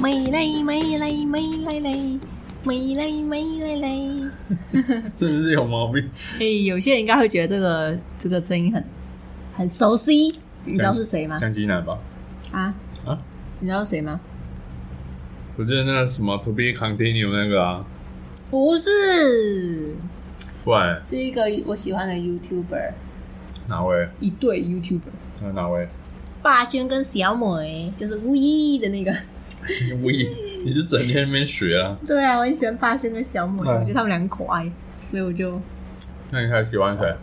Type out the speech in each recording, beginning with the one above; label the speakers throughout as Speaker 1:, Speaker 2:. Speaker 1: 美嘞美嘞美嘞嘞，美嘞美嘞嘞。
Speaker 2: 真的是有毛病。
Speaker 1: 哎，有些人应该会觉得这个这个声音很很熟悉，你知道是谁吗？
Speaker 2: 江鸡男吧？
Speaker 1: 啊
Speaker 2: 啊，
Speaker 1: 你知道是谁吗？
Speaker 2: 不是那什么 To Be Continue 那个啊？
Speaker 1: 不是，
Speaker 2: 喂，
Speaker 1: 是一个我喜欢的 YouTuber，
Speaker 2: 哪位？
Speaker 1: 一对 YouTuber，
Speaker 2: 那哪位？
Speaker 1: 霸轩跟小美，就是吴亦的那个。
Speaker 2: 你无意， 你就整天在那边学啊？
Speaker 1: 对啊，我很喜欢霸轩跟小美，
Speaker 2: 嗯
Speaker 1: 我觉得他们两个可爱，所以我就
Speaker 2: 那你还喜欢谁？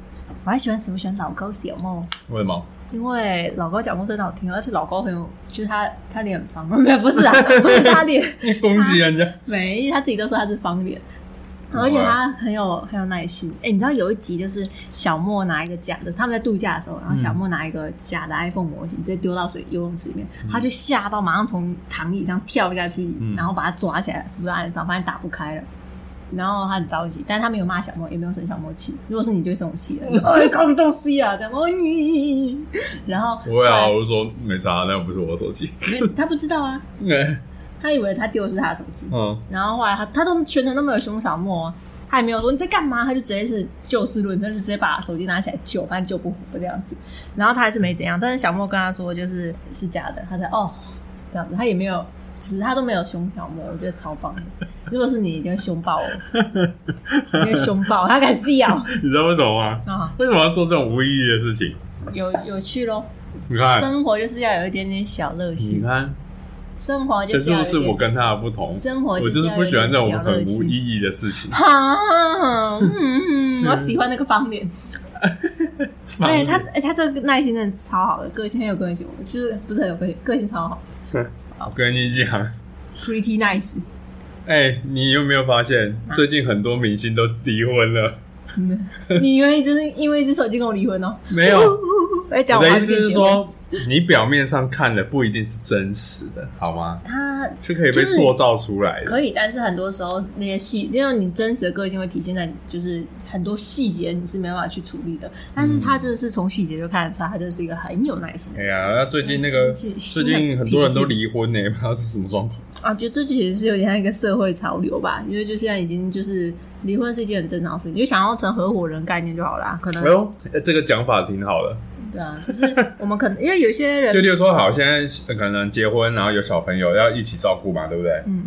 Speaker 1: 我还喜欢什么？喜欢老高小梦，
Speaker 2: 为什 么？
Speaker 1: 因为老高讲话真的好听，而且老高很有，就是他他脸很方，没有 不是啊，他脸
Speaker 2: 你攻击人家？
Speaker 1: 没，他自己都说他是方脸，
Speaker 2: 嗯
Speaker 1: 而且他很有很有耐心。哎、你知道有一集就是小莫拿一个假的，他们在度假的时候，然后小莫拿一个假的 iPhone 模型直接丢到水游泳池里面，他就吓到，马上从躺椅上跳下去，
Speaker 2: 嗯
Speaker 1: 然后把他抓起来扶在岸上，发现打不开了。然后他很着急，但是他没有骂小莫，也没有生小莫气。如果是你，就会生我气了。 哎，搞什么东西啊？这样，哦你。然后
Speaker 2: 不会啊，我就说没啥，那不是我手机。
Speaker 1: 没有他不知道啊，
Speaker 2: 哎
Speaker 1: 他以为他丢的是他的手机。
Speaker 2: 嗯，
Speaker 1: 然后后来他他都全程都没有凶小莫哦，他也没有说你在干嘛，他就直接是就事论事，就直接把手机拿起来救，反正救不活这样子。然后他还是没怎样，但是小莫跟他说就是是假的，他才哦这样子，他也没有，其实他都没有凶小莫，我觉得超棒的。如果是你，一定会凶爆我，一定会凶爆我他，敢撕咬
Speaker 2: 你知道为什么吗？
Speaker 1: 啊！
Speaker 2: 为什么要做这种无意义的事情？
Speaker 1: 有有趣咯，
Speaker 2: 你看，
Speaker 1: 生活就是要有一点点小乐
Speaker 2: 你
Speaker 1: 趣，
Speaker 2: 看，
Speaker 1: 生活就
Speaker 2: 这
Speaker 1: 嗯是要
Speaker 2: 就
Speaker 1: 有
Speaker 2: 是
Speaker 1: 一
Speaker 2: 我
Speaker 1: 点。
Speaker 2: 跟他的不同。
Speaker 1: 生活
Speaker 2: 我就是
Speaker 1: 要有
Speaker 2: 不喜欢这种
Speaker 1: 一点小
Speaker 2: 很
Speaker 1: 乐趣
Speaker 2: 无意义的事情。
Speaker 1: 好，嗯， 我喜欢那个方脸。哎、他哎、他这个耐心真的超好的，个性很有个性，我就是不是很有个性，个性超好
Speaker 2: 我跟你讲，
Speaker 1: ，pretty nice。
Speaker 2: 哎、你有没有发现最近很多明星都离婚了？
Speaker 1: 你以为你就是因为一只手机跟我离婚哦？
Speaker 2: 没有，
Speaker 1: 哎、等
Speaker 2: 我
Speaker 1: 一下我
Speaker 2: 的意思
Speaker 1: 还没
Speaker 2: 是
Speaker 1: 跟你结婚，
Speaker 2: 说，你表面上看的不一定是真实的，好吗？
Speaker 1: 他
Speaker 2: 是可以被塑造出来的。
Speaker 1: 可以，但是很多时候那些细，因为你真实的个性会体现在你就是很多细节你是没办法去处理的，但是
Speaker 2: 嗯
Speaker 1: 他真的是从细节就看得出来，他真的是一个很有耐心的人
Speaker 2: 哎呀，那最近那个
Speaker 1: 心情
Speaker 2: 最近很多人都离婚呢、不知道是什么状况。
Speaker 1: 啊，觉得这其实是有点像一个社会潮流吧，因为就现在已经就是离婚是一件很正常的事情，就想要成合伙人概念就好啦。可能
Speaker 2: 没有、呃这个讲法挺好的。
Speaker 1: 对啊，就是我们可能因为有些人
Speaker 2: 就例如说，好，现在呃可能结婚，然后有小朋友要一起照顾嘛，对不对？
Speaker 1: 嗯。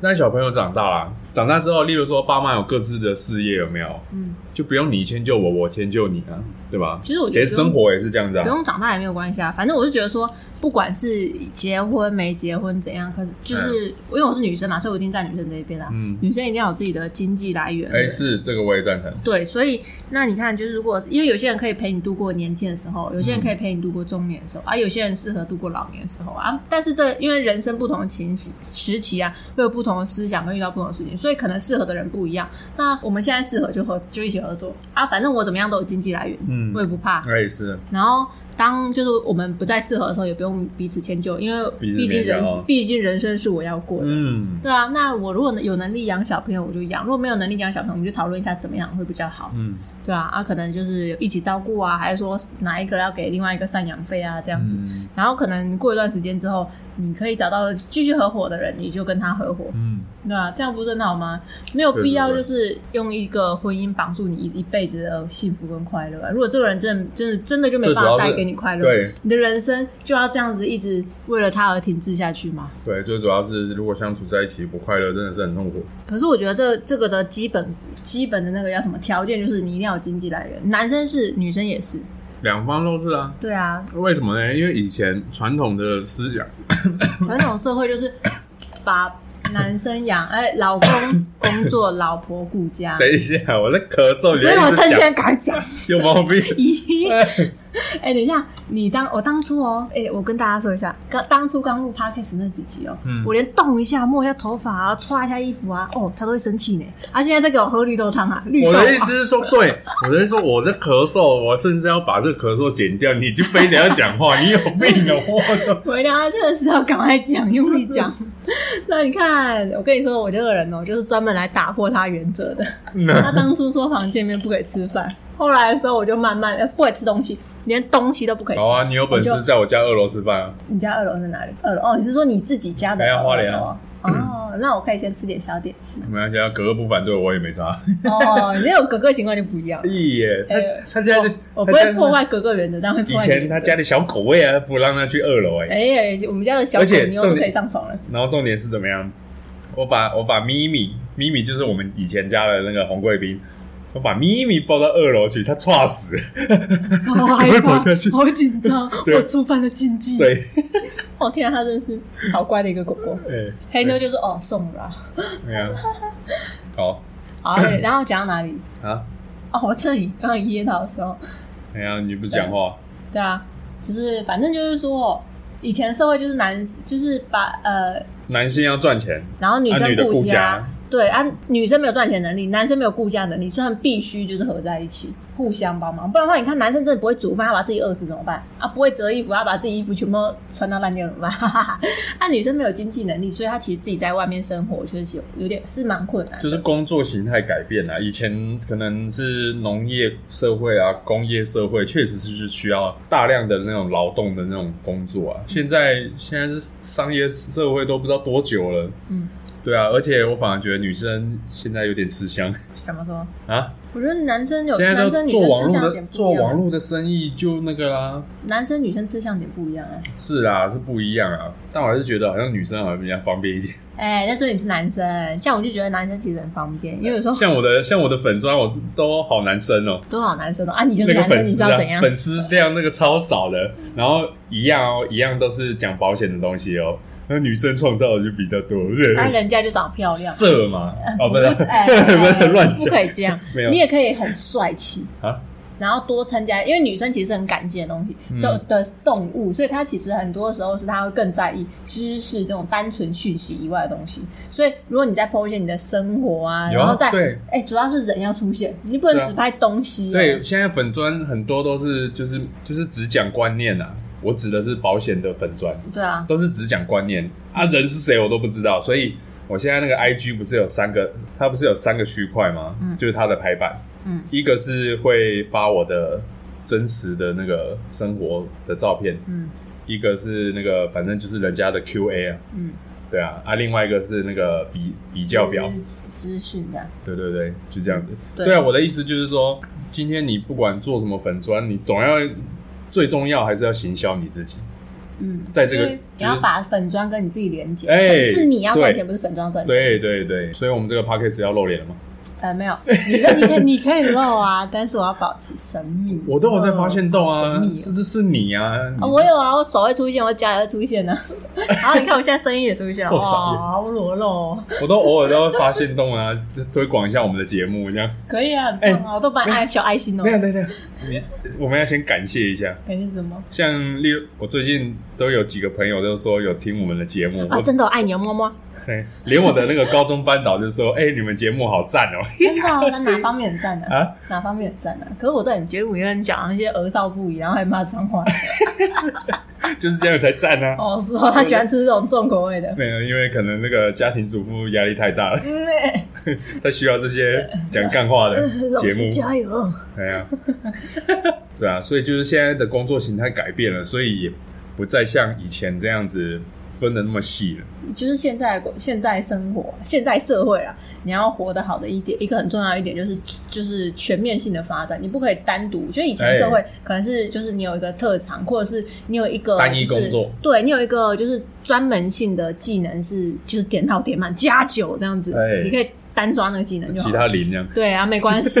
Speaker 2: 那小朋友长大啦，长大之后，例如说爸妈有各自的事业，有没有？
Speaker 1: 嗯，
Speaker 2: 就不用你迁就我，我迁就你啊，对吧？
Speaker 1: 其实我觉得
Speaker 2: 连生活也是这样子啊
Speaker 1: 不。用长大也没有关系啊，反正我是觉得说，不管是结婚没结婚怎样，可是就是、因为我是女生嘛，所以我一定在女生这一边啦。
Speaker 2: 嗯
Speaker 1: 女生一定要有自己的经济来源。
Speaker 2: 哎、是这个我也赞成。
Speaker 1: 对，所以那你看，就是如果因为有些人可以陪你度过年轻的时候，有些人可
Speaker 2: 嗯
Speaker 1: 以陪你度过中年的时候，啊，有些人适合度过老年的时候啊。但是这因为人生不同的情形时期啊，会有不同的思想跟遇到不同的事情，所以可能适合的人不一样。那我们现在适合就合就一起合作啊，反正我怎么样都有经济来源，
Speaker 2: 嗯
Speaker 1: 我也不怕。
Speaker 2: 哎、是
Speaker 1: 然后当就是我们不再适合的时候，也不用彼此迁就，因为
Speaker 2: 彼
Speaker 1: 毕
Speaker 2: 此
Speaker 1: 竟
Speaker 2: 勉强
Speaker 1: 人
Speaker 2: 哦
Speaker 1: 毕竟人生是我要过的。
Speaker 2: 嗯
Speaker 1: 对啊，那我如果有能力养小朋友，我就养；如果没有能力养小朋友，我们就讨论一下怎么样会比较好。
Speaker 2: 嗯，
Speaker 1: 对啊，啊，可能就是一起照顾啊，还是说哪一个要给另外一个赡养费啊，这样子。
Speaker 2: 嗯
Speaker 1: 然后可能过一段时间之后，你可以找到继续合伙的人，你就跟他合伙，
Speaker 2: 嗯，
Speaker 1: 对啊，这样不是很好吗？没有必要就是用一个婚姻绑住你一一辈子的幸福跟快乐、啊。如果这个人真的真的真的就没办法
Speaker 2: 最主要是
Speaker 1: 带给你快乐，
Speaker 2: 对
Speaker 1: 你的人生就要这样子一直为了他而停滞下去吗？
Speaker 2: 对，最主要是如果相处在一起不快乐，真的是很痛苦。
Speaker 1: 可是我觉得这这个的基本基本的那个叫什么条件，就是你一定要有经济来源，男生是，女生也是。
Speaker 2: 两方都是啊，
Speaker 1: 对啊，
Speaker 2: 为什么呢？因为以前传统的思想，
Speaker 1: 传统社会就是 把男生养，哎、老公工作，老婆顾家。
Speaker 2: 等一下我在咳嗽，
Speaker 1: 所以我
Speaker 2: 你
Speaker 1: 趁
Speaker 2: 在
Speaker 1: 现
Speaker 2: 讲
Speaker 1: 在赶快讲。
Speaker 2: 有毛病。
Speaker 1: 咦， 哎、等一下，你当我当初哦，哎、我跟大家说一下，刚当初刚录 podcast 那几集哦，
Speaker 2: 嗯
Speaker 1: 我连动一下、摸一下头发啊、歘一下衣服啊，哦，他都会生气呢。啊，现在在给我喝绿豆汤啊， 绿
Speaker 2: 我
Speaker 1: 豆、啊。
Speaker 2: 的意思是说，对我的意思说，我在咳嗽，我甚至要把这个咳嗽剪掉，你就非得要讲话，你有病的，我哦
Speaker 1: 回答真的是要赶快讲，用力讲。 那你看，我跟你说，我这个人哦，就是专门来打破他原则的。
Speaker 2: 嗯
Speaker 1: 他当初说房见面不可以吃饭，后来的时候我就慢慢、呃、不可以吃东西，连东西都不可以吃。
Speaker 2: 好啊，你有本
Speaker 1: 我
Speaker 2: 事
Speaker 1: 就
Speaker 2: 在我家二楼吃饭啊！
Speaker 1: 你家二楼在哪里？二楼哦，你是说你自己家的
Speaker 2: 没有
Speaker 1: 二楼
Speaker 2: 花莲啊？
Speaker 1: 哦，那我可以先吃点小点心。
Speaker 2: 没关系啊，哥哥不反对我也没差。
Speaker 1: 哦，你那种格格情况就不一样。
Speaker 2: 咦耶，他
Speaker 1: 哎
Speaker 2: 他现在就
Speaker 1: 我不会破。
Speaker 2: 他现在
Speaker 1: 坏格格原则，但会破
Speaker 2: 以
Speaker 1: 坏
Speaker 2: 前
Speaker 1: 原
Speaker 2: 他
Speaker 1: 则。
Speaker 2: 家里小口味啊，不让他去二楼哎、
Speaker 1: 哎、我们家的小狗
Speaker 2: 而且
Speaker 1: 妞
Speaker 2: 重
Speaker 1: 都
Speaker 2: 点
Speaker 1: 可以上 床了。
Speaker 2: 然后重点是怎么样？我把我把咪咪咪咪就是我们以前家的那个红贵宾，我把咪咪抱到二楼去，他猝死。
Speaker 1: 好
Speaker 2: 害怕跑下去
Speaker 1: 好紧张，
Speaker 2: 对我
Speaker 1: 触犯了禁忌。
Speaker 2: 对，
Speaker 1: 哦天啊，它真是好乖的一个狗狗。
Speaker 2: 哎、
Speaker 1: 黑妞就说：“哦，送了啦。
Speaker 2: 对啊，好
Speaker 1: 好，对然后讲到哪里？
Speaker 2: 啊，
Speaker 1: 哦，我趁你刚刚噎到的时候，
Speaker 2: 哎呀，你不讲话，
Speaker 1: 对啊，就是反正就是说，以前社会就是男，就是把呃，
Speaker 2: 男性要赚钱，
Speaker 1: 然后女
Speaker 2: 啊
Speaker 1: 生
Speaker 2: 女的顾
Speaker 1: 家，
Speaker 2: 家
Speaker 1: 对啊，女生没有赚钱能力，男生没有顾家能力，所以他们必须就是合在一起，互相帮忙。不然的话，你看男生真的不会煮饭，他把自己饿死怎么办？啊，不会折衣服，他把自己衣服全部都穿到烂掉怎么办？ 哈哈哈。啊，女生没有经济能力，所以她其实自己在外面生活，确实有有点是蛮困难的。
Speaker 2: 就是工作形态改变啊了、以前可能是农业社会啊，工业社会确实是需要大量的那种劳动的那种工作
Speaker 1: 嗯
Speaker 2: 啊。现在现在是商业社会都不知道多久了，
Speaker 1: 嗯，
Speaker 2: 对啊。而且我反而觉得女生现在有点吃香
Speaker 1: 怎么说？
Speaker 2: 啊，
Speaker 1: 我觉得男生有
Speaker 2: 现在
Speaker 1: 男
Speaker 2: 都
Speaker 1: 生女
Speaker 2: 做
Speaker 1: 生
Speaker 2: 网
Speaker 1: 吃
Speaker 2: 络
Speaker 1: 相有
Speaker 2: 的
Speaker 1: 点不
Speaker 2: 做
Speaker 1: 一样
Speaker 2: 网
Speaker 1: 啊，
Speaker 2: 络的生意就那个啦，
Speaker 1: 男生女生吃相有点不一样啊。
Speaker 2: 是啦，是不一样啊。但我还是觉得好像女生好像比较方便一点。
Speaker 1: 哎、那时候你是男生，像我就觉得男生其实很方便，因为有时候
Speaker 2: 像我的像我的粉砖，我都好男生哦、
Speaker 1: 多少男生都啊，你就是
Speaker 2: 那个
Speaker 1: 男生，
Speaker 2: 粉
Speaker 1: 你知
Speaker 2: 丝
Speaker 1: 道
Speaker 2: 啊
Speaker 1: 怎样，？
Speaker 2: 粉丝量那个超少的，然后一样哦，一样都是讲保险的东西哦。那女生创造的就比较 多，对
Speaker 1: 啊，人家就长得漂亮。
Speaker 2: 色嘛，哦，不
Speaker 1: 不
Speaker 2: 是
Speaker 1: 是，哎，
Speaker 2: 不是
Speaker 1: 哎
Speaker 2: 乱
Speaker 1: 不可
Speaker 2: 讲
Speaker 1: 以这样
Speaker 2: 没有，
Speaker 1: 你也可以很帅气
Speaker 2: 啊。嗯
Speaker 1: 然后多参加，因为女生其实很感性的东西的、的动物，所以她其实很多时候是她会更在意知识这种单纯讯息以外的东西。所以如果你在 po 一些你的生活啊，
Speaker 2: 有啊
Speaker 1: 然后再
Speaker 2: 对
Speaker 1: 哎、主要是人要出现，你不能
Speaker 2: 对啊
Speaker 1: 只拍东西、啊。
Speaker 2: 对。现在粉砖很多都是就是就是只讲观念啊，我指的是保险的粉砖，
Speaker 1: 对啊，
Speaker 2: 都是只讲观念啊，人是谁我都不知道，所以我现在那个 IG 不是有三个，它不是有三个区块吗？就是它的排版，
Speaker 1: 嗯，
Speaker 2: 一个是会发我的真实的那个生活的照片，
Speaker 1: 嗯，
Speaker 2: 一个是那个反正就是人家的 QA 啊，
Speaker 1: 嗯，
Speaker 2: 对啊，啊，另外一个是那个比比较表，
Speaker 1: 就是资讯这样。
Speaker 2: 对对对，就这样子。
Speaker 1: 对
Speaker 2: 对啊，我的意思就是说，今天你不管做什么粉砖，你总要最重要还是要行销你自己。
Speaker 1: 嗯，
Speaker 2: 在这个
Speaker 1: 因为你
Speaker 2: 就
Speaker 1: 要
Speaker 2: 是
Speaker 1: 把粉砖跟你自己连接，
Speaker 2: 哎
Speaker 1: 是你要赚
Speaker 2: 对
Speaker 1: 钱，不是粉砖赚钱。
Speaker 2: 对对对，所以我们这个 podcast 要露脸了吗？
Speaker 1: 呃，没有，你可以你可以你可以露啊，但是我要保持神秘。
Speaker 2: 我都有在发现到
Speaker 1: 哦好
Speaker 2: 啊，
Speaker 1: 神秘
Speaker 2: 是是是你啊，你
Speaker 1: 哦啊我有啊，我手会出现，我脚也会出现呢、然后你看我现在声音也出现了，
Speaker 2: 哦
Speaker 1: 哇，
Speaker 2: 傻眼
Speaker 1: 好裸露哦，
Speaker 2: 我都偶尔都会发现动啊，这推广一下我们的节目这样。
Speaker 1: 可以啊，很棒啊，我都把爱小爱心哦。
Speaker 2: 有没有，你我们要先感谢一下，
Speaker 1: 感谢什么
Speaker 2: 像例如我最近都有几个朋友都说有听我们的节目，
Speaker 1: 啊？
Speaker 2: 我
Speaker 1: 真的、哦、爱你哦，么么，
Speaker 2: 对连我的那个高中班导就说，哎，你们节目好赞哦，
Speaker 1: 真的、哦，那哪方面很赞呢、
Speaker 2: 啊
Speaker 1: 哪方面很赞呢、可是我对你觉得你很讲那些儿少不宜，然后还骂脏话。
Speaker 2: 就是这样才赞啊。
Speaker 1: 哦，是哦，他喜欢吃这种重口味的。
Speaker 2: 没有，因为可能那个家庭主妇压力太大 了，
Speaker 1: 嗯，哎
Speaker 2: 他需要这些讲干话的
Speaker 1: 老
Speaker 2: 节
Speaker 1: 师
Speaker 2: 目。
Speaker 1: 加油！
Speaker 2: 哎呀， 对啊，所以就是现在的工作形态改变了，所以也不再像以前这样子分的那么细了。
Speaker 1: 就是现在的现在生活、现在社会啊，你要活得好的一点，一个很重要一点就是就是全面性的发展，你不可以单独。就以前社
Speaker 2: 哎
Speaker 1: 会可能是就是你有一个特长，或者是你有一个
Speaker 2: 单一
Speaker 1: 就是
Speaker 2: 工作
Speaker 1: 对你有一个就是专门性的技能是就是点到点满加九这样子
Speaker 2: 哎，
Speaker 1: 你可以单刷那个技能就好
Speaker 2: 其
Speaker 1: 了。
Speaker 2: 他零这样，
Speaker 1: 对啊，没关 系。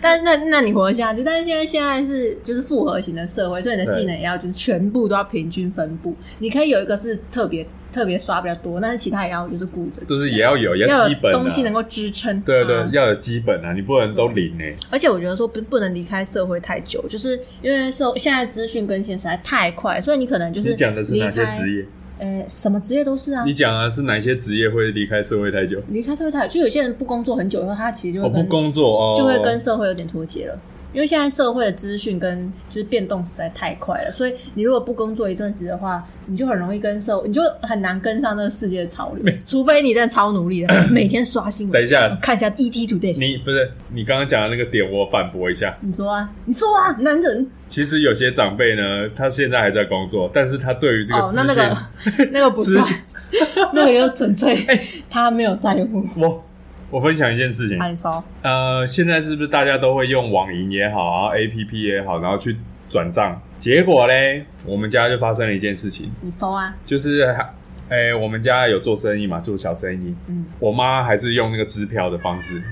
Speaker 1: 但是那那你活得下去，但是现在现在是就是复合型的社会，所以你的技能也要就是全部都要平均分布。你可以有一个是特别特别刷比较多，但是其他也要就是顾着，
Speaker 2: 就是也要有，也
Speaker 1: 要
Speaker 2: 基
Speaker 1: 有
Speaker 2: 本
Speaker 1: 东西能够
Speaker 2: 啊。
Speaker 1: 支撑。
Speaker 2: 对对
Speaker 1: 啊，
Speaker 2: 要有基本啊，你不能都零哎、
Speaker 1: 而且我觉得说不不能离开社会太久，就是因为社现在资讯更新实在太快，所以你可能就是
Speaker 2: 你讲的是哪些职
Speaker 1: 业？
Speaker 2: 业？
Speaker 1: 呃，什么职业都是啊
Speaker 2: 你。讲的是哪些职业会离开社会太久？
Speaker 1: 离开社会太久，就有些人不工作很久以后，他其实就
Speaker 2: 我、
Speaker 1: 会
Speaker 2: 哦不
Speaker 1: 跟
Speaker 2: 工作哦，
Speaker 1: 就会跟社会有点脱节了。因为现在社会的资讯跟就是变动实在太快了，所以你如果不工作一阵子的话，你就很容易跟社，你就很难跟上那个世界的潮流，除非你真的超努力 的，每天刷新闻，
Speaker 2: 等一下
Speaker 1: 看一下 ET Today，
Speaker 2: 你不是你刚刚讲的那个点，我反驳一下。
Speaker 1: 你说啊，你说啊，男人
Speaker 2: 其实有些长辈呢，他现在还在工作，但是他对于这个
Speaker 1: 哦，
Speaker 2: 资
Speaker 1: 那
Speaker 2: 讯，
Speaker 1: 那个 那个不
Speaker 2: 资
Speaker 1: 算
Speaker 2: 讯，哎
Speaker 1: 那个就纯粹他没有在乎。啊
Speaker 2: 我我分享一件事情，
Speaker 1: 按烧
Speaker 2: 呃，现在是不是大家都会用网银也好，然后 A P P 也好，然后去转账？结果嘞，我们家就发生了一件事情，
Speaker 1: 你收啊，
Speaker 2: 就是还，哎、我们家有做生意嘛，做小生意，
Speaker 1: 嗯，
Speaker 2: 我妈还是用那个支票的方式，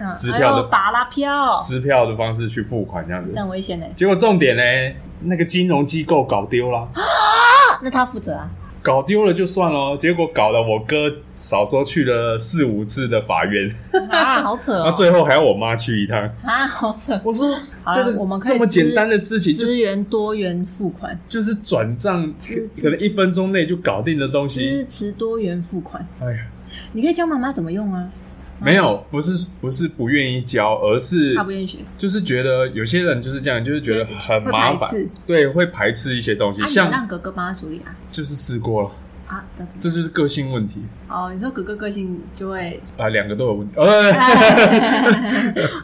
Speaker 1: 嗯，
Speaker 2: 支
Speaker 1: 还
Speaker 2: 票的
Speaker 1: 有拔拉票，
Speaker 2: 支票的方式去付款这样
Speaker 1: 这
Speaker 2: 子。
Speaker 1: 样危险呢、
Speaker 2: 结果重点嘞，那个金融机构搞丢了，
Speaker 1: 啊那他负责 啊？
Speaker 2: 搞丢了就算了，哦结果搞得我哥少说去了四五次的法院，
Speaker 1: 啊，好扯
Speaker 2: 那、
Speaker 1: 哦！
Speaker 2: 最后还要我妈去一趟。
Speaker 1: 啊，好扯。
Speaker 2: 我说，
Speaker 1: 好
Speaker 2: 这是
Speaker 1: 我们可以
Speaker 2: 这么简
Speaker 1: 支
Speaker 2: 单的事情，就
Speaker 1: 资源多元付款，
Speaker 2: 就是转账可
Speaker 1: 支持
Speaker 2: 可能一分钟内就搞定的东西
Speaker 1: 支。持多元付款，
Speaker 2: 哎呀，
Speaker 1: 你可以教妈妈怎么用啊？
Speaker 2: 没有，不是不是不愿意交，而是
Speaker 1: 她不愿意学，
Speaker 2: 就是觉得有些人就是这样，就是觉得很
Speaker 1: 会
Speaker 2: 麻
Speaker 1: 排
Speaker 2: 烦
Speaker 1: 斥，
Speaker 2: 对，会排斥一些东西，
Speaker 1: 啊，你
Speaker 2: 像
Speaker 1: 让哥哥帮他处理啊？
Speaker 2: 就是试过了，
Speaker 1: 啊，这样子
Speaker 2: 这就是个性问题
Speaker 1: 哦，你说哥哥个性就会，
Speaker 2: 啊，两个都有问题。呃，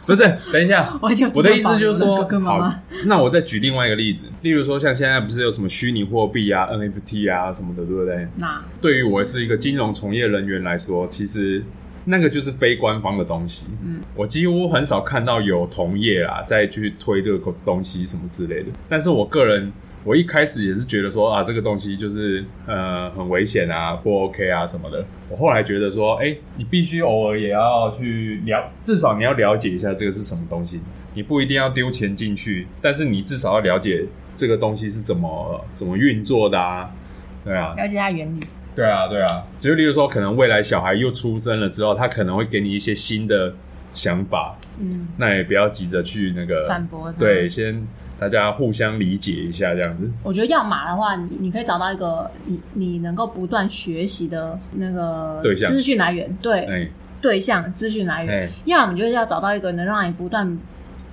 Speaker 2: 不是，等一下。
Speaker 1: 我就
Speaker 2: 我的意思就是说，
Speaker 1: 哥哥妈
Speaker 2: 好
Speaker 1: 妈，
Speaker 2: 那我再举另外一个例子，例如说像现在不是有什么虚拟货币啊、NFT 啊什么的，对不对？
Speaker 1: 那
Speaker 2: 对于我是一个金融从业人员来说，其实那个就是非官方的东西。嗯，我几乎很少看到有同业啦再去推这个东西什么之类的。但是我个人，我一开始也是觉得说啊，这个东西就是呃很危险啊，不 OK 啊什么的。我后来觉得说，哎，你必须偶尔也要去了，至少你要了解一下这个是什么东西。你不一定要丢钱进去，但是你至少要了解这个东西是怎么呃怎么运作的啊，对啊，
Speaker 1: 了解他原理，
Speaker 2: 对啊，对啊，就例如说，可能未来小孩又出生了之后，他可能会给你一些新的想法，
Speaker 1: 嗯，
Speaker 2: 那也不要急着去那个
Speaker 1: 反驳他
Speaker 2: 呃对，先大家互相理解一下这样子。
Speaker 1: 我觉得要码的话，你你可以找到一个你你能够不断学习的那个
Speaker 2: 对象
Speaker 1: 资讯来源，对、
Speaker 2: 哎
Speaker 1: 对象资讯来源。
Speaker 2: 哎，
Speaker 1: 要么就是要找到一个能让你不断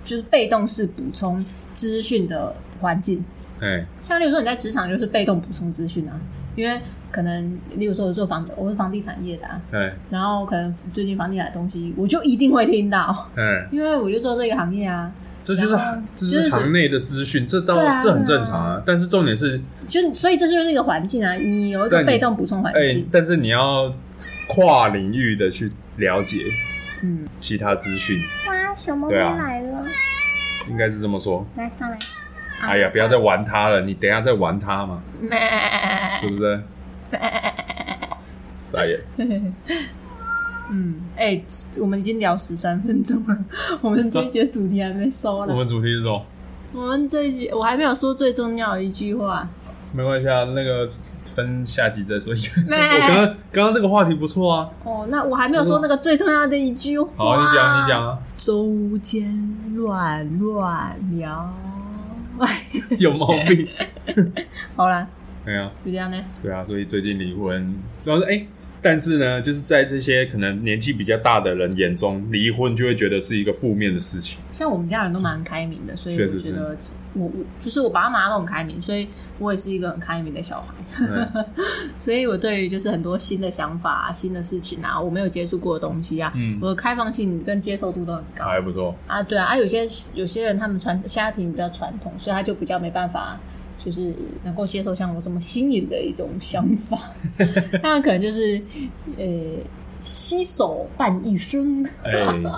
Speaker 1: 就是被动式补充资讯的环境，
Speaker 2: 哎，
Speaker 1: 像例如说你在职场就是被动补充资讯啊，因为可能例如说我做房我是房地产业的、啊，
Speaker 2: 哎，
Speaker 1: 然后可能最近房地产的东西我就一定会听到，
Speaker 2: 哎，
Speaker 1: 因为我就做这个行业啊，
Speaker 2: 这就是
Speaker 1: 然后
Speaker 2: 这
Speaker 1: 就
Speaker 2: 就是是行内的资讯，这倒
Speaker 1: 对啊
Speaker 2: 这很正常啊。但是重点是，
Speaker 1: 就所以这就是一个环境啊，你有一个
Speaker 2: 但你
Speaker 1: 被动补充环
Speaker 2: 哎
Speaker 1: 境，，
Speaker 2: 但是你要跨领域的去了解
Speaker 1: 嗯。
Speaker 2: 其他资讯，
Speaker 3: 哇，小猫咪
Speaker 2: 对啊
Speaker 3: 来了，
Speaker 2: 应该是这么说。
Speaker 3: 来上来。啊
Speaker 2: 哎呀，不要再玩它了，你等一下再玩它嘛，
Speaker 1: 哎
Speaker 3: 哎
Speaker 2: 是不是？傻 眼。
Speaker 1: 嗯，哎、我们已经聊十三分钟了，我们这一节主题还没收
Speaker 2: 我
Speaker 1: 呢。
Speaker 2: 们主题是什么？
Speaker 1: 我们这一节我还没有说最重要的一句话，
Speaker 2: 没关系啊，那个分下集 再说。我刚刚刚刚这个话题不错啊，
Speaker 1: 哦，那我还没有说那个最重要的一句话。
Speaker 2: 好，你讲你。讲啊，
Speaker 1: 周间乱乱聊。
Speaker 2: 有毛病。
Speaker 1: 好啦，
Speaker 2: 对啊，
Speaker 1: 就这样呢。
Speaker 2: 对啊，所以最近离婚，然后哎、但是呢，就是在这些可能年纪比较大的人眼中，离婚就会觉得是一个负面的事情。
Speaker 1: 像我们家人都蛮开明的，所以
Speaker 2: 确
Speaker 1: 我
Speaker 2: 实
Speaker 1: 觉
Speaker 2: 是
Speaker 1: 得我我就是我爸妈都很开明，所以我也是一个很开明的小孩。
Speaker 2: 嗯
Speaker 1: 所以我对于就是很多新的想法、啊、新的事情啊，我没有接触过的东西啊，
Speaker 2: 嗯
Speaker 1: 我的开放性跟接受度都很高
Speaker 2: 还不错，
Speaker 1: 啊。对啊，啊有些有些人他们传家庭比较传统，所以他就比较没办法，就是能够接受像我这么新颖的一种想 法，他们可能就是呃携手伴一生。
Speaker 2: 哎、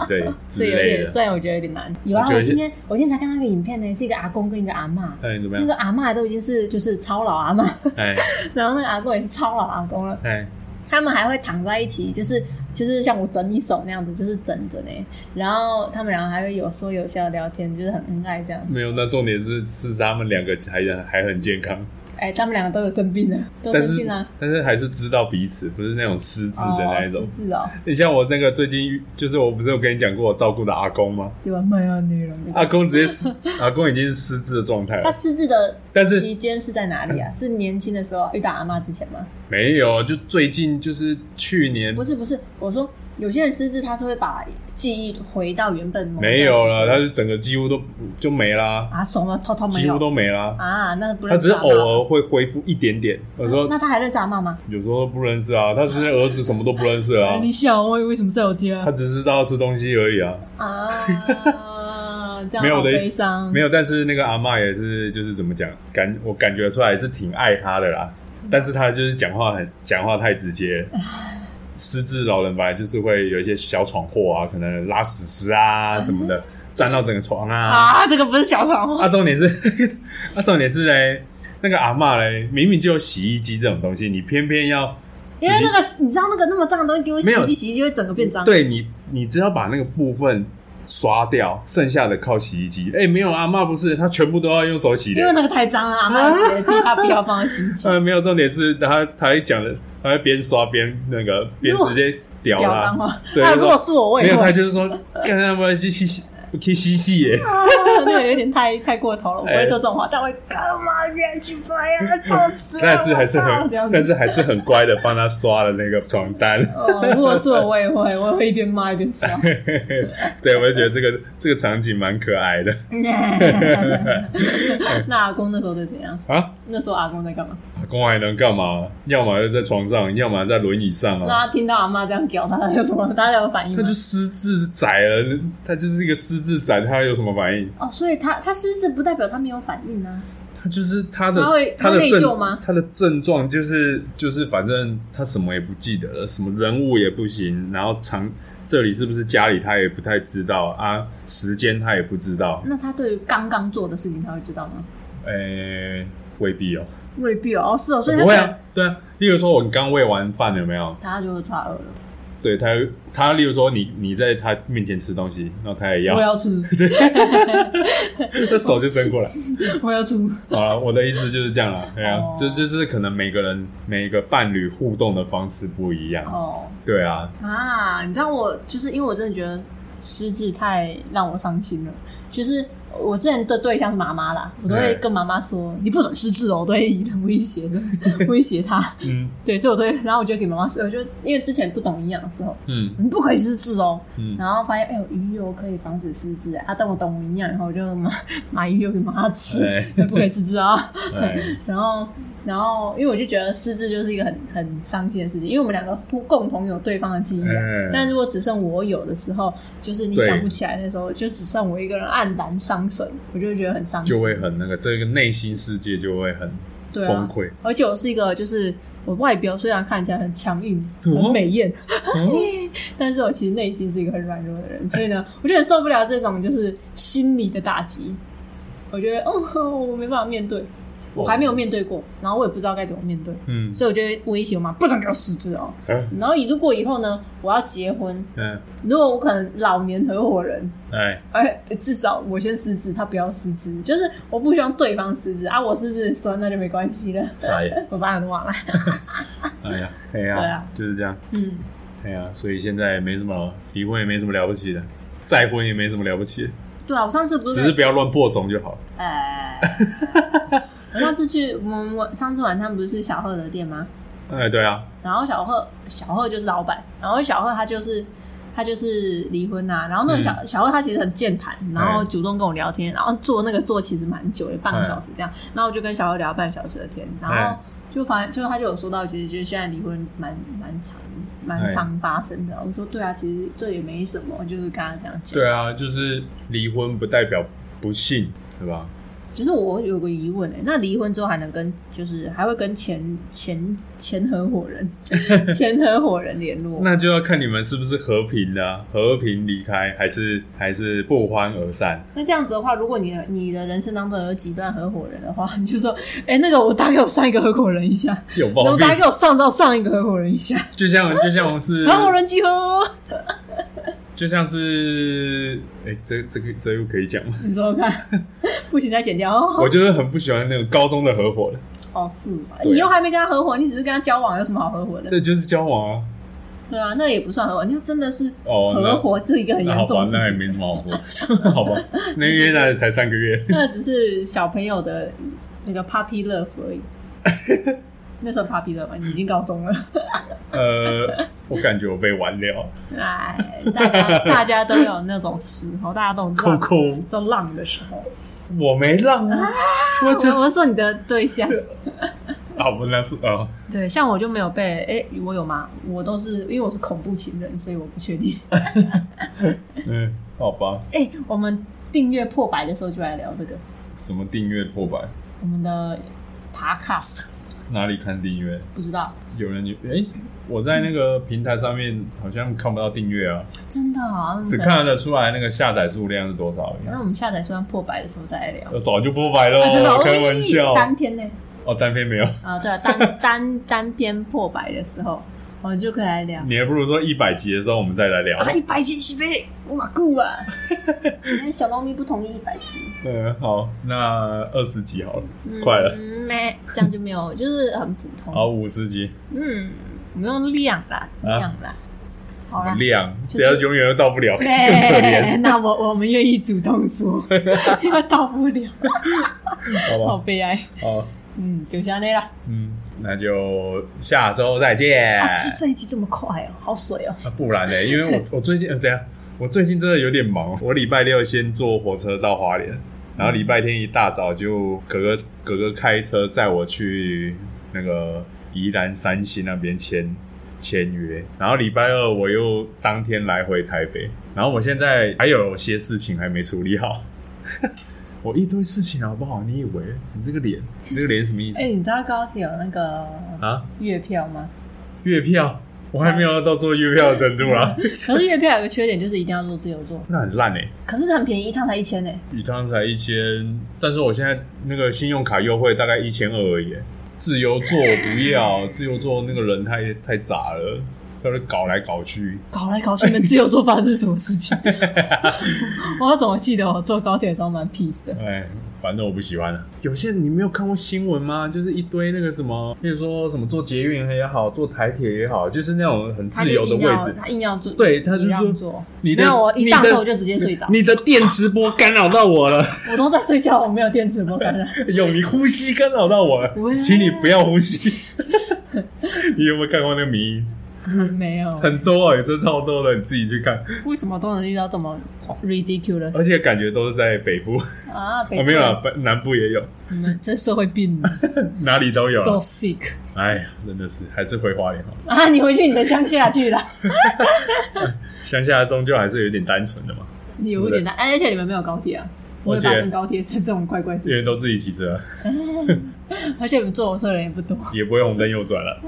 Speaker 2: 对之
Speaker 1: 这有
Speaker 2: 类
Speaker 1: 点，
Speaker 2: 的。
Speaker 1: 虽然我觉得有点难。有啊，
Speaker 2: 我觉得
Speaker 1: 我今天我今天才看到一个影片呢，是一个阿公跟一个阿嬷，
Speaker 2: 哎、怎么
Speaker 1: 那
Speaker 2: 样？
Speaker 1: 个阿嬷都已经是就是超老阿嬷，
Speaker 2: 哎
Speaker 1: 然后那个阿公也是超老阿公了，
Speaker 2: 哎
Speaker 1: 他们还会躺在一起，就是就是像我整你手那样子，就是整着呢。然后他们两个还会有说有笑聊天，就是很恩爱这样子
Speaker 2: 没。有。那重点是是他们两个还还很健康，
Speaker 1: 哎、他们两个都有生病了，都
Speaker 2: 但
Speaker 1: 生
Speaker 2: 是
Speaker 1: 病了。
Speaker 2: 但是还是知道彼此，不是那种失智的那一种
Speaker 1: 啊哦、。是是哦，
Speaker 2: 你像我那个最近遇，就是我不是有跟你讲过我照顾的阿 公吗？
Speaker 1: 对吧？麦阿尼了。
Speaker 2: 阿公直接失，阿公已经是失智的状态
Speaker 1: 啊他
Speaker 2: 了。
Speaker 1: 失智的
Speaker 2: 但是
Speaker 1: 期间是在哪里 啊？是年轻的时候遇到阿妈之前吗？
Speaker 2: 嗯没有，就最近就是去年
Speaker 1: 不是不是，我说有些人失智，他是会把记忆回到原本某一段
Speaker 2: 没有了，
Speaker 1: 时
Speaker 2: 他
Speaker 1: 间
Speaker 2: 是整个几乎都就没啦，
Speaker 1: 啊，什么偷偷没
Speaker 2: 几乎
Speaker 1: 有
Speaker 2: 都没啦。
Speaker 1: 啊，那不
Speaker 2: 他
Speaker 1: 认
Speaker 2: 只
Speaker 1: 识
Speaker 2: 是
Speaker 1: 阿
Speaker 2: 偶
Speaker 1: 嬷
Speaker 2: 尔会恢复一点点，有时候
Speaker 1: 那他还认识阿妈吗？
Speaker 2: 有时候不认识啊，他是儿子什么都不认识 啊，
Speaker 1: 想哎我为什么在我家
Speaker 2: 他只知道吃东西而已啊，
Speaker 1: 啊？这
Speaker 2: 没
Speaker 1: 样
Speaker 2: 有
Speaker 1: 好
Speaker 2: 的
Speaker 1: 悲伤
Speaker 2: 没。有。但是那个阿嬷也是，就是怎么讲，感我感觉出来是挺爱他的啦，但是他就是讲话很讲话太直接。失智老人本来就是会有一些小闯祸啊，可能拉屎屎啊什 么的，沾到整个床啊。
Speaker 1: 啊，这个不是小闯祸
Speaker 2: 啊，重点是， 啊，重点是嘞，那个阿嬷嘞，明明就有洗衣机这种东西，你偏偏要
Speaker 1: 因为那个你知道那个那么脏的东西丢洗
Speaker 2: 没有
Speaker 1: 衣机，洗衣机会整个变脏。，
Speaker 2: 对你，你只要把那个部分刷掉，剩下的靠洗衣机。哎、没有阿嬷不是，她全部都要用手洗
Speaker 1: 因为
Speaker 2: 的。
Speaker 1: 那个太脏了，啊阿 妈觉得他不要放在洗衣机，
Speaker 2: 呃，没有，重点是她，她会讲的，她会边刷边那个边
Speaker 1: 如果
Speaker 2: 直接屌
Speaker 1: 不要脏
Speaker 2: 啦。
Speaker 1: 话。
Speaker 2: 对
Speaker 1: 啊，
Speaker 2: 就
Speaker 1: 如果是我，我
Speaker 2: 没
Speaker 1: 也
Speaker 2: 有，她
Speaker 1: 会。
Speaker 2: 就是说，干他妈去吸，去吸吸耶。
Speaker 1: 啊那个有点太太过头了，我不
Speaker 2: 哎
Speaker 1: 会说这种话，但我会哎干嘛冤屈白啊，臭死了！
Speaker 2: 但是还是
Speaker 1: 我操
Speaker 2: 很
Speaker 1: 这样，子
Speaker 2: 但是还是很乖的，帮她刷了那个床单。
Speaker 1: 哦，如果是我，我也会，我也会一边骂一边 笑。
Speaker 2: 对，我就觉得这个这个场景蛮可爱的
Speaker 1: 那阿公那时候在怎样？
Speaker 2: 啊。
Speaker 1: 那时候阿公在干嘛？
Speaker 2: 阿公还能干嘛？要么就在床上，要么在轮椅上啊。
Speaker 1: 那他听到阿妈这样屌他，他有什么？他有反应
Speaker 2: 他
Speaker 1: 吗
Speaker 2: 就？失智仔了，他就是一个失智仔，他有什么反应？
Speaker 1: 哦，所以他他失智不代表他没有反应啊。
Speaker 2: 他就是他的
Speaker 1: 他会
Speaker 2: 他的
Speaker 1: 他内
Speaker 2: 症
Speaker 1: 疚吗
Speaker 2: 他的症状就是就是反正他什么也不记得了，什么人物也不行，然后长这里是不是家里他也不太知道啊，时间他也不知道，
Speaker 1: 那他对于刚刚做的事情，他会知道吗？
Speaker 2: 诶、未必哦，
Speaker 1: 未必哦，哦是哦，所以他
Speaker 2: 不会
Speaker 1: 可能
Speaker 2: 啊，对啊，例如说我刚喂完饭有没有？
Speaker 1: 他就抓耳了。
Speaker 2: 对他他例如说你你在他面前吃东西，然后他也要
Speaker 1: 我，要出，
Speaker 2: 这 手就伸过来。
Speaker 1: 我要出。
Speaker 2: 好了，我的意思就是这样了。对啊
Speaker 1: 哦，
Speaker 2: 这、就是可能每个人每个伴侣互动的方式不一样。
Speaker 1: 哦
Speaker 2: 对啊，
Speaker 1: 啊，你知道我就是因为我真的觉得失智太让我伤心了，就是。我之前的对象是妈妈啦，我都会
Speaker 2: 嗯
Speaker 1: 跟妈妈说：“你不准失智哦！”我都会以威胁的 威胁她。
Speaker 2: 嗯
Speaker 1: 对，所以我对，然后我就给妈妈吃，我就因为之前不懂营养的时候，
Speaker 2: 嗯
Speaker 1: 你不可以失智哦。
Speaker 2: 嗯，
Speaker 1: 然后发现，哎呦，鱼油可以防止失智啊！啊，但我懂营养，然后我就买买鱼油给妈妈吃，
Speaker 2: 哎
Speaker 1: 不可以失智啊。
Speaker 2: 哎，
Speaker 1: 然后，然后，因为我就觉得失智就是一个很很伤心的事情，因为我们两个互共同有对方的记忆、啊。
Speaker 2: 哎
Speaker 1: 但如果只剩我有的时候，就是你
Speaker 2: 对
Speaker 1: 想不起来的时候，就只剩我一个人黯然伤神，我就会觉得很伤心，
Speaker 2: 就会很那个，这个内心世界就会很
Speaker 1: 对啊
Speaker 2: 崩。溃。
Speaker 1: 而且我是一个，就是我外表虽然看起来很强硬、
Speaker 2: 哦
Speaker 1: 很美艳，
Speaker 2: 哦
Speaker 1: 但是我其实内心是一个很软弱的人，所以呢，我就很受不了这种就是心理的打击。我觉得，哦，我没办法面对，我还没有面对过，然后我也不知道该怎么面对，
Speaker 2: 嗯
Speaker 1: 所以我就会威胁我妈，不准给我失智哦。
Speaker 2: 嗯
Speaker 1: 然后如果以后呢，我要结婚，
Speaker 2: 嗯，
Speaker 1: 如果我可能老年合伙人，
Speaker 2: 哎，
Speaker 1: 哎，至少我先失智，他不要失智，就是我不希望对方失智啊，我失智，说那就没关系了，
Speaker 2: 傻眼，
Speaker 1: 我把他忘了。
Speaker 2: 哎呀，哎
Speaker 1: 对
Speaker 2: 呀
Speaker 1: 啊，
Speaker 2: 就是这样，
Speaker 1: 嗯，
Speaker 2: 哎呀，所以现在也没什么离婚，也没什么了不起的，再婚也没什么了不起的，
Speaker 1: 对啊，我上次不
Speaker 2: 只
Speaker 1: 是
Speaker 2: 是不要乱播种就好了。
Speaker 1: 哎，我上次去我们我上次晚上不是去小贺的店吗？
Speaker 2: 哎，对啊，
Speaker 1: 然后小贺小贺就是老板，然后小贺他就是他就是离婚呐、然后那个
Speaker 2: 嗯
Speaker 1: 小、小贺他其实很健谈，然
Speaker 2: 哎
Speaker 1: 后主动跟我聊天，然后坐那个坐其实蛮久的，半个小时这样。然后我就跟小贺聊半小时的天，然后
Speaker 2: 哎
Speaker 1: 就发就他就有说到，其实就是现在离婚蛮蛮常
Speaker 2: 哎
Speaker 1: 蛮常发生的。我说对啊，其实这也没什么，就是刚刚这样讲。
Speaker 2: 对啊，就是离婚不代表不幸，对吧？
Speaker 1: 只是我有个疑问哎、那离婚之后还能跟就是还会跟前前前合伙 人前合伙人联络？
Speaker 2: 那就要看你们是不是和平的、啊，和平离开，还是还是不欢而散。
Speaker 1: 那这样子的话，如果你的你的人生当中有几段合伙人的话，你就说，哎、那个我打给我上一个合伙人一下，
Speaker 2: 有
Speaker 1: 然
Speaker 2: 毛
Speaker 1: 后
Speaker 2: 病
Speaker 1: 打，给我上上上一个合伙人一下，
Speaker 2: 就像就 像是
Speaker 1: 合伙人集合哦，
Speaker 2: 就像是，哎、这这个这又可以讲吗？
Speaker 1: 你说说看，不行再剪掉哦。
Speaker 2: 我就是很不喜欢那种高中的合伙人，
Speaker 1: 哦，是嘛、
Speaker 2: 对啊
Speaker 1: 你又还没跟他合伙，你只是跟他交往，有什么好合伙的？
Speaker 2: 这就是交往啊。
Speaker 1: 对啊，那也不算合伙，那真的是
Speaker 2: 哦，
Speaker 1: 合
Speaker 2: 那
Speaker 1: 伙，这一个很
Speaker 2: 那好
Speaker 1: 严重
Speaker 2: 吧
Speaker 1: 的，事
Speaker 2: 那也
Speaker 1: 情。
Speaker 2: 没什么好说的，好吧？那因为那才三个月，
Speaker 1: 那只是小朋友的那个 puppy love 而已。那时候 Papi 乐嘛，你已经高中了，
Speaker 2: 呃，我感觉我被玩 了，
Speaker 1: 哎，大家大家都有那种时候，大家都有
Speaker 2: 扣
Speaker 1: 浪
Speaker 2: 扣，
Speaker 1: 在浪的时候。
Speaker 2: 我没让啊，我
Speaker 1: 我
Speaker 2: 这
Speaker 1: 我说你的对象，
Speaker 2: 啊，我那是啊，
Speaker 1: 对，像我就没有被，哎、我有吗？我都是因为我是恐怖情人，所以我不确定。
Speaker 2: 嗯，好吧，
Speaker 1: 哎、我们订阅破百的时候就来聊这个，
Speaker 2: 什么订阅破百，
Speaker 1: 我们的 Podcast
Speaker 2: 哪里看订阅？
Speaker 1: 不知道，
Speaker 2: 有人有哎，我在那个平台上面好像看不到订阅啊，
Speaker 1: 真的啊，
Speaker 2: 只看得出来那个下载数量是多少而已
Speaker 1: 那
Speaker 2: 啊。
Speaker 1: 我们下载虽然破百的时候再来聊。
Speaker 2: 我早就破百了
Speaker 1: 啊，真的
Speaker 2: 哦，
Speaker 1: 哦
Speaker 2: 开玩笑
Speaker 1: 咦。单篇呢？
Speaker 2: 哦，单篇没有，
Speaker 1: 啊，对啊，单单单篇破百的时候，我们就可以来聊。
Speaker 2: 你还不如说一百集的时候我们再来聊
Speaker 1: 啊，。一百集是被哇酷啊！ 哎小猫咪不同意一百集，
Speaker 2: 嗯，好，那二十集好了，快了。
Speaker 1: 嗯，没，这样就没有，就是很普通。
Speaker 2: 好，五十集，
Speaker 1: 嗯，我们用量啦，
Speaker 2: 啊
Speaker 1: 量啦，
Speaker 2: 什
Speaker 1: 好
Speaker 2: 么
Speaker 1: 啦。
Speaker 2: 量？
Speaker 1: 就是
Speaker 2: 等下永远都到不 了，更可
Speaker 1: 哎
Speaker 2: 怜，
Speaker 1: 那我我们愿意主动 说，因为到不了，好
Speaker 2: 好吧？
Speaker 1: 悲哀。
Speaker 2: 好，
Speaker 1: 嗯，就这样啦。
Speaker 2: 嗯，那就下周再见。
Speaker 1: 啊，这这一集这么快哦，好水哦。
Speaker 2: 啊不然呢？因为我我最近，呃等一下我最近真的有点忙，我礼拜六先坐火车到花莲，然后礼拜天一大早就哥哥哥哥开车载我去那个宜兰三星那边签签约，然后礼拜二我又当天来回台北，然后我现在还有些事情还没处理好。 我一堆事情好不好？你以为你这个脸，你这个脸什么意思
Speaker 1: 哎，你知道高铁有那个
Speaker 2: 啊？
Speaker 1: 月票吗？
Speaker 2: 月票，我还没有到做月票的程度啦，
Speaker 1: 可是月票有个缺点，就是一定要坐自由座，
Speaker 2: 那很烂哎、
Speaker 1: 可是很便宜，一趟才一千呢。
Speaker 2: 一趟才一千，但是我现在那个信用卡优惠大概一千二而已。自由座我不 要，自由座那个人太太杂了，在那搞来搞去。
Speaker 1: 搞来搞去，你们自由坐发生什么事 情？我怎么记得我坐高铁的时候蛮 peace 的？
Speaker 2: 哎，反正我不喜欢了。有些你没有看过新闻吗？就是一堆那个什么，比如说什么坐捷运也好，坐台铁也好，就是那种很自由的位置。
Speaker 1: 他硬要坐，
Speaker 2: 对他就是
Speaker 1: 硬要
Speaker 2: 说
Speaker 1: 坐。
Speaker 2: 你的
Speaker 1: 没有，我一上
Speaker 2: 你的
Speaker 1: 车我就直接睡着，
Speaker 2: 你的电直播干扰到我 了，
Speaker 1: 我都在睡觉，我没有电磁波感 染。
Speaker 2: 有你呼吸干扰到我了
Speaker 1: 喂，
Speaker 2: 请你不要呼吸。 你有没有看过那个迷音？
Speaker 1: 没有，
Speaker 2: 很多哎、欸，这超多的，你自己去看，
Speaker 1: 为什么都能遇到这么
Speaker 2: 而
Speaker 1: ridiculous
Speaker 2: 且感觉都是在北部，啊、
Speaker 1: 啊？北
Speaker 2: 没有啦，北南部也有，
Speaker 1: 你们这社会病
Speaker 2: 哪里都有啊
Speaker 1: so
Speaker 2: 啦。
Speaker 1: sick
Speaker 2: 哎呀，真的是还是回花莲好，哦
Speaker 1: 啊！你回去你的乡下去了，
Speaker 2: 乡下终究还是有点单纯的嘛，
Speaker 1: 有点难。哎而且你们没有高铁啊，不会发生高铁这种怪怪
Speaker 2: 因为
Speaker 1: 事
Speaker 2: 都自己骑车，啊
Speaker 1: 情，而且你们坐火车的人也不多。
Speaker 2: 也不会红灯右转了。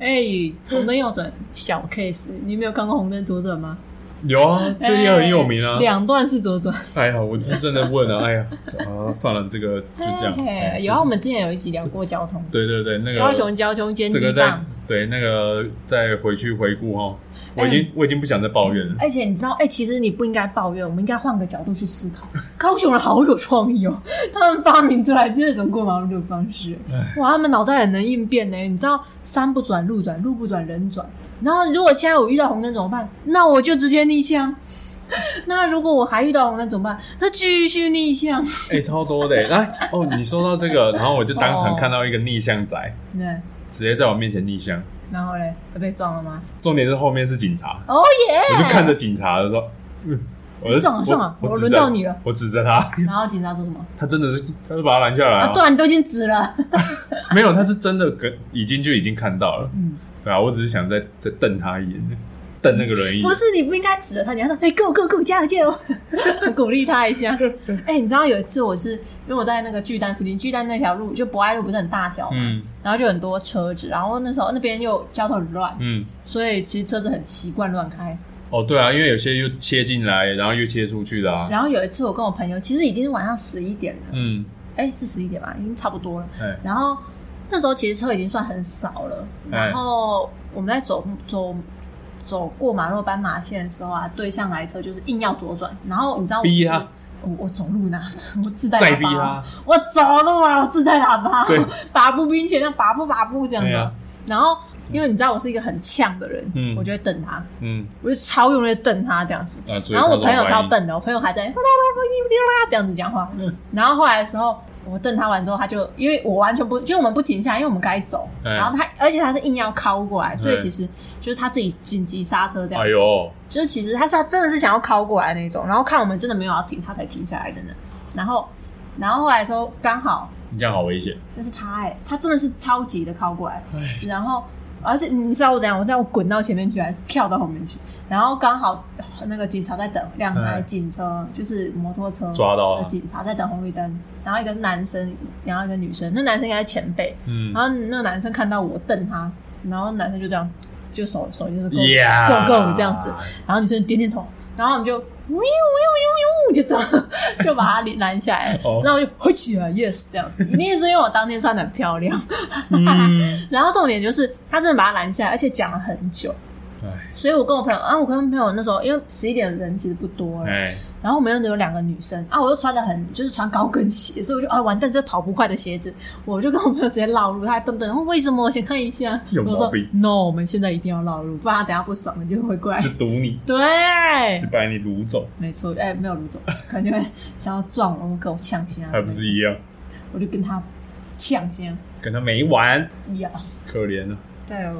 Speaker 1: 哎，红灯右转小 case，你没有看过红灯左转吗？
Speaker 2: 有啊， 最近很有名啊
Speaker 1: 哎。两段式左转。
Speaker 2: 哎呀，我是真的问了，哎呀，啊，算了，这个就这样。 哎
Speaker 1: 嘿有
Speaker 2: 这
Speaker 1: 啊，
Speaker 2: 是
Speaker 1: 我们之前有一集聊过交通，
Speaker 2: 对对对，那
Speaker 1: 高
Speaker 2: 个
Speaker 1: 雄交通监
Speaker 2: 这个
Speaker 1: 督
Speaker 2: 在
Speaker 1: 棒。
Speaker 2: 对那个再回去回顾哈，我已
Speaker 1: 哎
Speaker 2: 经我已经不想再抱怨了。
Speaker 1: 而且你知道，哎、其实你不应该抱怨，我们应该换个角度去思考。 高雄人好有创意哦， 他们发明出来这种过马路的方式，哇，他们脑袋很能应变呢。你知道，山不转路转，路不转人转。然后，如果现在我遇到红灯怎么办？那我就直接逆向。 那如果我还遇到红灯怎么办？那继续逆向。
Speaker 2: 哎、超多的欸、来哦！你说到这个，然后我就当
Speaker 1: 哦
Speaker 2: 场看到一个逆向仔，
Speaker 1: 对，
Speaker 2: 直接在我面前逆向。
Speaker 1: 然后嘞，被撞了吗？
Speaker 2: 重点是后面是警察，
Speaker 1: 哦耶！
Speaker 2: 我就看着警察就说：“嗯，我就
Speaker 1: 上啊上啊
Speaker 2: 我
Speaker 1: 我
Speaker 2: 指
Speaker 1: 轮
Speaker 2: 着
Speaker 1: 到你了。”
Speaker 2: 我指着他，
Speaker 1: 然后警察说什么？
Speaker 2: 他真的是，他就把他拦下来、
Speaker 1: 啊，对啊，你都已经指了。
Speaker 2: 没有，他是真的跟已经就已经看到了。
Speaker 1: 嗯
Speaker 2: 对啊，我只是想再再瞪他一眼，瞪那个人一眼
Speaker 1: 不。是你不应该指着他，你要说 哎，go go go，加油加油， 鼓励他一下。哎、你知道有一次我是因为我在那个巨蛋附近，巨蛋那条路就博爱路不是很大条嘛，
Speaker 2: 嗯
Speaker 1: 然后就很多车子，然后那时候那边又交通很乱，
Speaker 2: 嗯，
Speaker 1: 所以其实车子很习惯乱开。
Speaker 2: 哦，对啊，因为有些又切进来，然后又切出去的啊。
Speaker 1: 然后有一次我跟我朋友，其实已经是晚上十一点了，
Speaker 2: 嗯，
Speaker 1: 哎、是十一点吧，已经差不多了。
Speaker 2: 哎、
Speaker 1: 然后那时候其实车已经算很少了，
Speaker 2: 哎
Speaker 1: 然后我们在走走走过马路斑马线的时候啊，对向来车就是硬要左转，然后你知道我
Speaker 2: 逼
Speaker 1: 是
Speaker 2: 他
Speaker 1: 我我走路呢， 我自带
Speaker 2: 再
Speaker 1: 喇
Speaker 2: 逼
Speaker 1: 叭
Speaker 2: 他
Speaker 1: 啊，我走路啊，我自带喇叭
Speaker 2: 对，
Speaker 1: 拔步并且那拔步拔步这样
Speaker 2: 对
Speaker 1: 的、
Speaker 2: 啊
Speaker 1: 然后因为你知道我是一个很呛的人，
Speaker 2: 嗯
Speaker 1: 我就会瞪他，
Speaker 2: 嗯，
Speaker 1: 我就超用力地瞪他这样子。
Speaker 2: 啊，所以
Speaker 1: 然后
Speaker 2: 他
Speaker 1: 我朋友
Speaker 2: 说
Speaker 1: 超
Speaker 2: 万一嗯
Speaker 1: 笨的，我朋友还在这样子讲话。然后后来的时候，我瞪他完之后，他就因为我完全不，就是我们不停下来，因为我们该走。
Speaker 2: 嗯
Speaker 1: 然后他，而且他是硬要靠过来，所以
Speaker 2: 嗯
Speaker 1: 其实就是他自己紧急刹车这样
Speaker 2: 哎
Speaker 1: 子。
Speaker 2: 呦，
Speaker 1: 就是其实他是他真的是想要靠过来那种，然后看我们真的没有要停，他才停下来的呢。然后，然后后来的时候刚好
Speaker 2: 你这样好危险，
Speaker 1: 那是他哎、他真的是超级的靠过来，然后而且你知道我怎样？我知道我滚到前面去还是跳到后面去？然后刚好呃那个警察在等两台
Speaker 2: 嗯
Speaker 1: 警车，就是摩托车
Speaker 2: 抓到啊
Speaker 1: 的
Speaker 2: 了，
Speaker 1: 警察在等红绿灯，然后一个是男生，然后一个女生，那男生应该是前辈，
Speaker 2: 嗯
Speaker 1: 然，后那个男生看到我瞪他，然后男生就这样就手手就是够
Speaker 2: 呀，
Speaker 1: 够够这样子，然后女生点点头，然后我们就呜呦呦呦呦就这样就把他拦下来，
Speaker 2: 哦
Speaker 1: 然后我就回去了，yes 这样子，一定是因为我当天穿的很漂亮，
Speaker 2: 嗯，
Speaker 1: 然后重点就是他真的把他拦下来，而且讲了很久
Speaker 2: 哎。
Speaker 1: 所以我跟我朋友啊，我跟朋友那时候因为十一点人其实不多了，
Speaker 2: 哎，
Speaker 1: 然后我们又只有两个女生啊，我又穿的很就是穿高跟鞋，所以我就啊完蛋，这跑不快的鞋子，我就跟我朋友直接绕路，他还笨笨，哦为什么？我先看一下。
Speaker 2: 有
Speaker 1: 我
Speaker 2: 毛
Speaker 1: 说
Speaker 2: 病
Speaker 1: No，我们现在一定要绕路，不然他等下不爽了就会过来
Speaker 2: 就。堵你，
Speaker 1: 对
Speaker 2: 就，把你掳走，
Speaker 1: 没错，哎、没有卢总， 感觉想要撞我，跟我呛先，
Speaker 2: 还不是一样，
Speaker 1: 我就跟他呛先
Speaker 2: 跟他没完，
Speaker 1: ，yes，
Speaker 2: 可怜了。
Speaker 1: 对哦，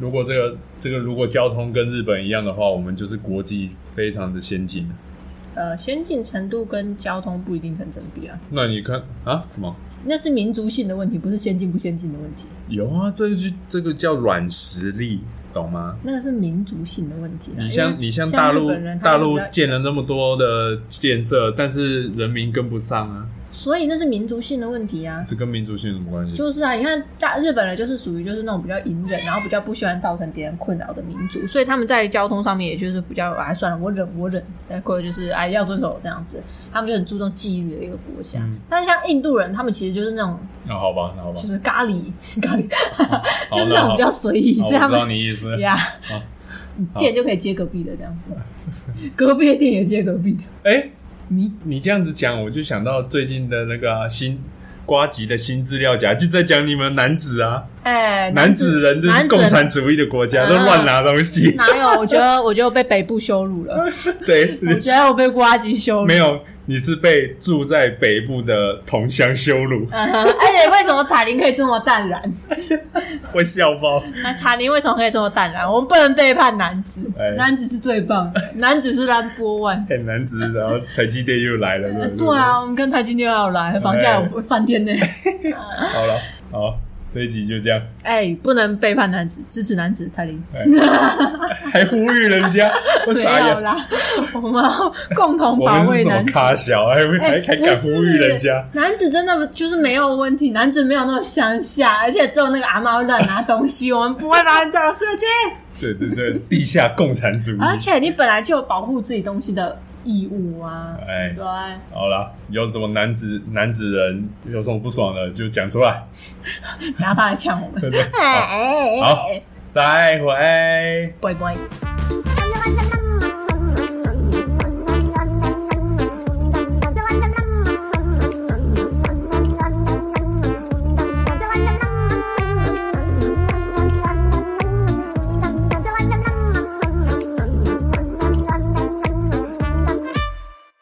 Speaker 2: 如果这个这个如果交通跟日本一样的话，我们就是国际非常的先进了。
Speaker 1: 呃，先进程度跟交通不一定成正比啊，
Speaker 2: 那你看啊，什么
Speaker 1: 那是民族性的问题，不是先进不先进的问题，
Speaker 2: 有啊？这个就这个叫软实力，懂吗？
Speaker 1: 那个是民族性的问题啊。
Speaker 2: 你
Speaker 1: 因
Speaker 2: 像
Speaker 1: 为
Speaker 2: 你像大陆
Speaker 1: 日本人他
Speaker 2: 大
Speaker 1: 们
Speaker 2: 陆
Speaker 1: 比较
Speaker 2: 建了那么多的建设，但是人民跟不上啊，
Speaker 1: 所以那是民族性的问题啊。
Speaker 2: 这跟民族性有什么关系？
Speaker 1: 就是啊，你看大日本人就是属于就是那种比较隐忍，然后比较不喜欢造成别人困扰的民族，所以他们在交通上面也就是比较哎算了，我忍我忍，哎或者就是哎要遵守这样子，他们就很注重纪律的一个国家。
Speaker 2: 嗯
Speaker 1: 但是像印度人，他们其实就是那种
Speaker 2: 那、好吧，那好吧
Speaker 1: 就，是咖喱咖喱，
Speaker 2: 哦好
Speaker 1: 就是
Speaker 2: 那
Speaker 1: 那种
Speaker 2: 好
Speaker 1: 比较随意，
Speaker 2: 好
Speaker 1: 所以
Speaker 2: 哦我
Speaker 1: 他
Speaker 2: 知道
Speaker 1: 们
Speaker 2: 你 意思。
Speaker 1: 呀
Speaker 2: 好。
Speaker 1: 店就可以接隔壁的这样子，隔壁的店也接隔壁的。
Speaker 2: 哎、
Speaker 1: 你
Speaker 2: 你这样子讲，我就想到最近的那个啊、新瓜吉的新资料夹，就在讲你们男子啊，
Speaker 1: 哎，
Speaker 2: 男子人就是
Speaker 1: 男子
Speaker 2: 共
Speaker 1: 人
Speaker 2: 产主义的国家，都
Speaker 1: 啊
Speaker 2: 乱拿东西。
Speaker 1: 哪有？我觉得我就被北部羞辱 了，
Speaker 2: 对，
Speaker 1: 我觉得我被瓜吉羞辱。
Speaker 2: 没有，你是被住在北部的同乡羞辱，
Speaker 1: 嗯哼， 而且为什么彩铃可以这么淡 然？
Speaker 2: 会笑爆。
Speaker 1: 那啊彩铃为什么可以这么淡然？我们不能背叛男子
Speaker 2: 哎，
Speaker 1: 男子是最 棒，男子是 number one。
Speaker 2: 很男子，然后台积电又来了，对不对？哎
Speaker 1: 对啊，我们跟台积电要来，房价有翻天 呢。
Speaker 2: 好了，好，这一集就这样，
Speaker 1: 哎，不能背叛男子，支持男子彩铃。
Speaker 2: 还呼吁人家，哎 我
Speaker 1: 没
Speaker 2: 傻
Speaker 1: 有
Speaker 2: 眼，
Speaker 1: 啦，我们 要共同
Speaker 2: 我
Speaker 1: 保
Speaker 2: 们是
Speaker 1: 卫
Speaker 2: 什么
Speaker 1: 男子。
Speaker 2: 咖小，还会还
Speaker 1: 哎
Speaker 2: 还敢呼吁人家？？
Speaker 1: 不是男子真的就是没有问题，男子没有那么乡下，而且只有那个阿妈会乱拿东西，我们不会发生这种事情。
Speaker 2: 这这这地下共产主义！
Speaker 1: 而且你本来就有保护自己东西的义务啊，
Speaker 2: 哎，
Speaker 1: 对。
Speaker 2: 好啦，有什么男子男子人有什么不爽的就讲出来，
Speaker 1: 然后他来抢我们
Speaker 2: 对，不对？好，
Speaker 1: 哎，
Speaker 2: 好再会。
Speaker 1: 拜拜。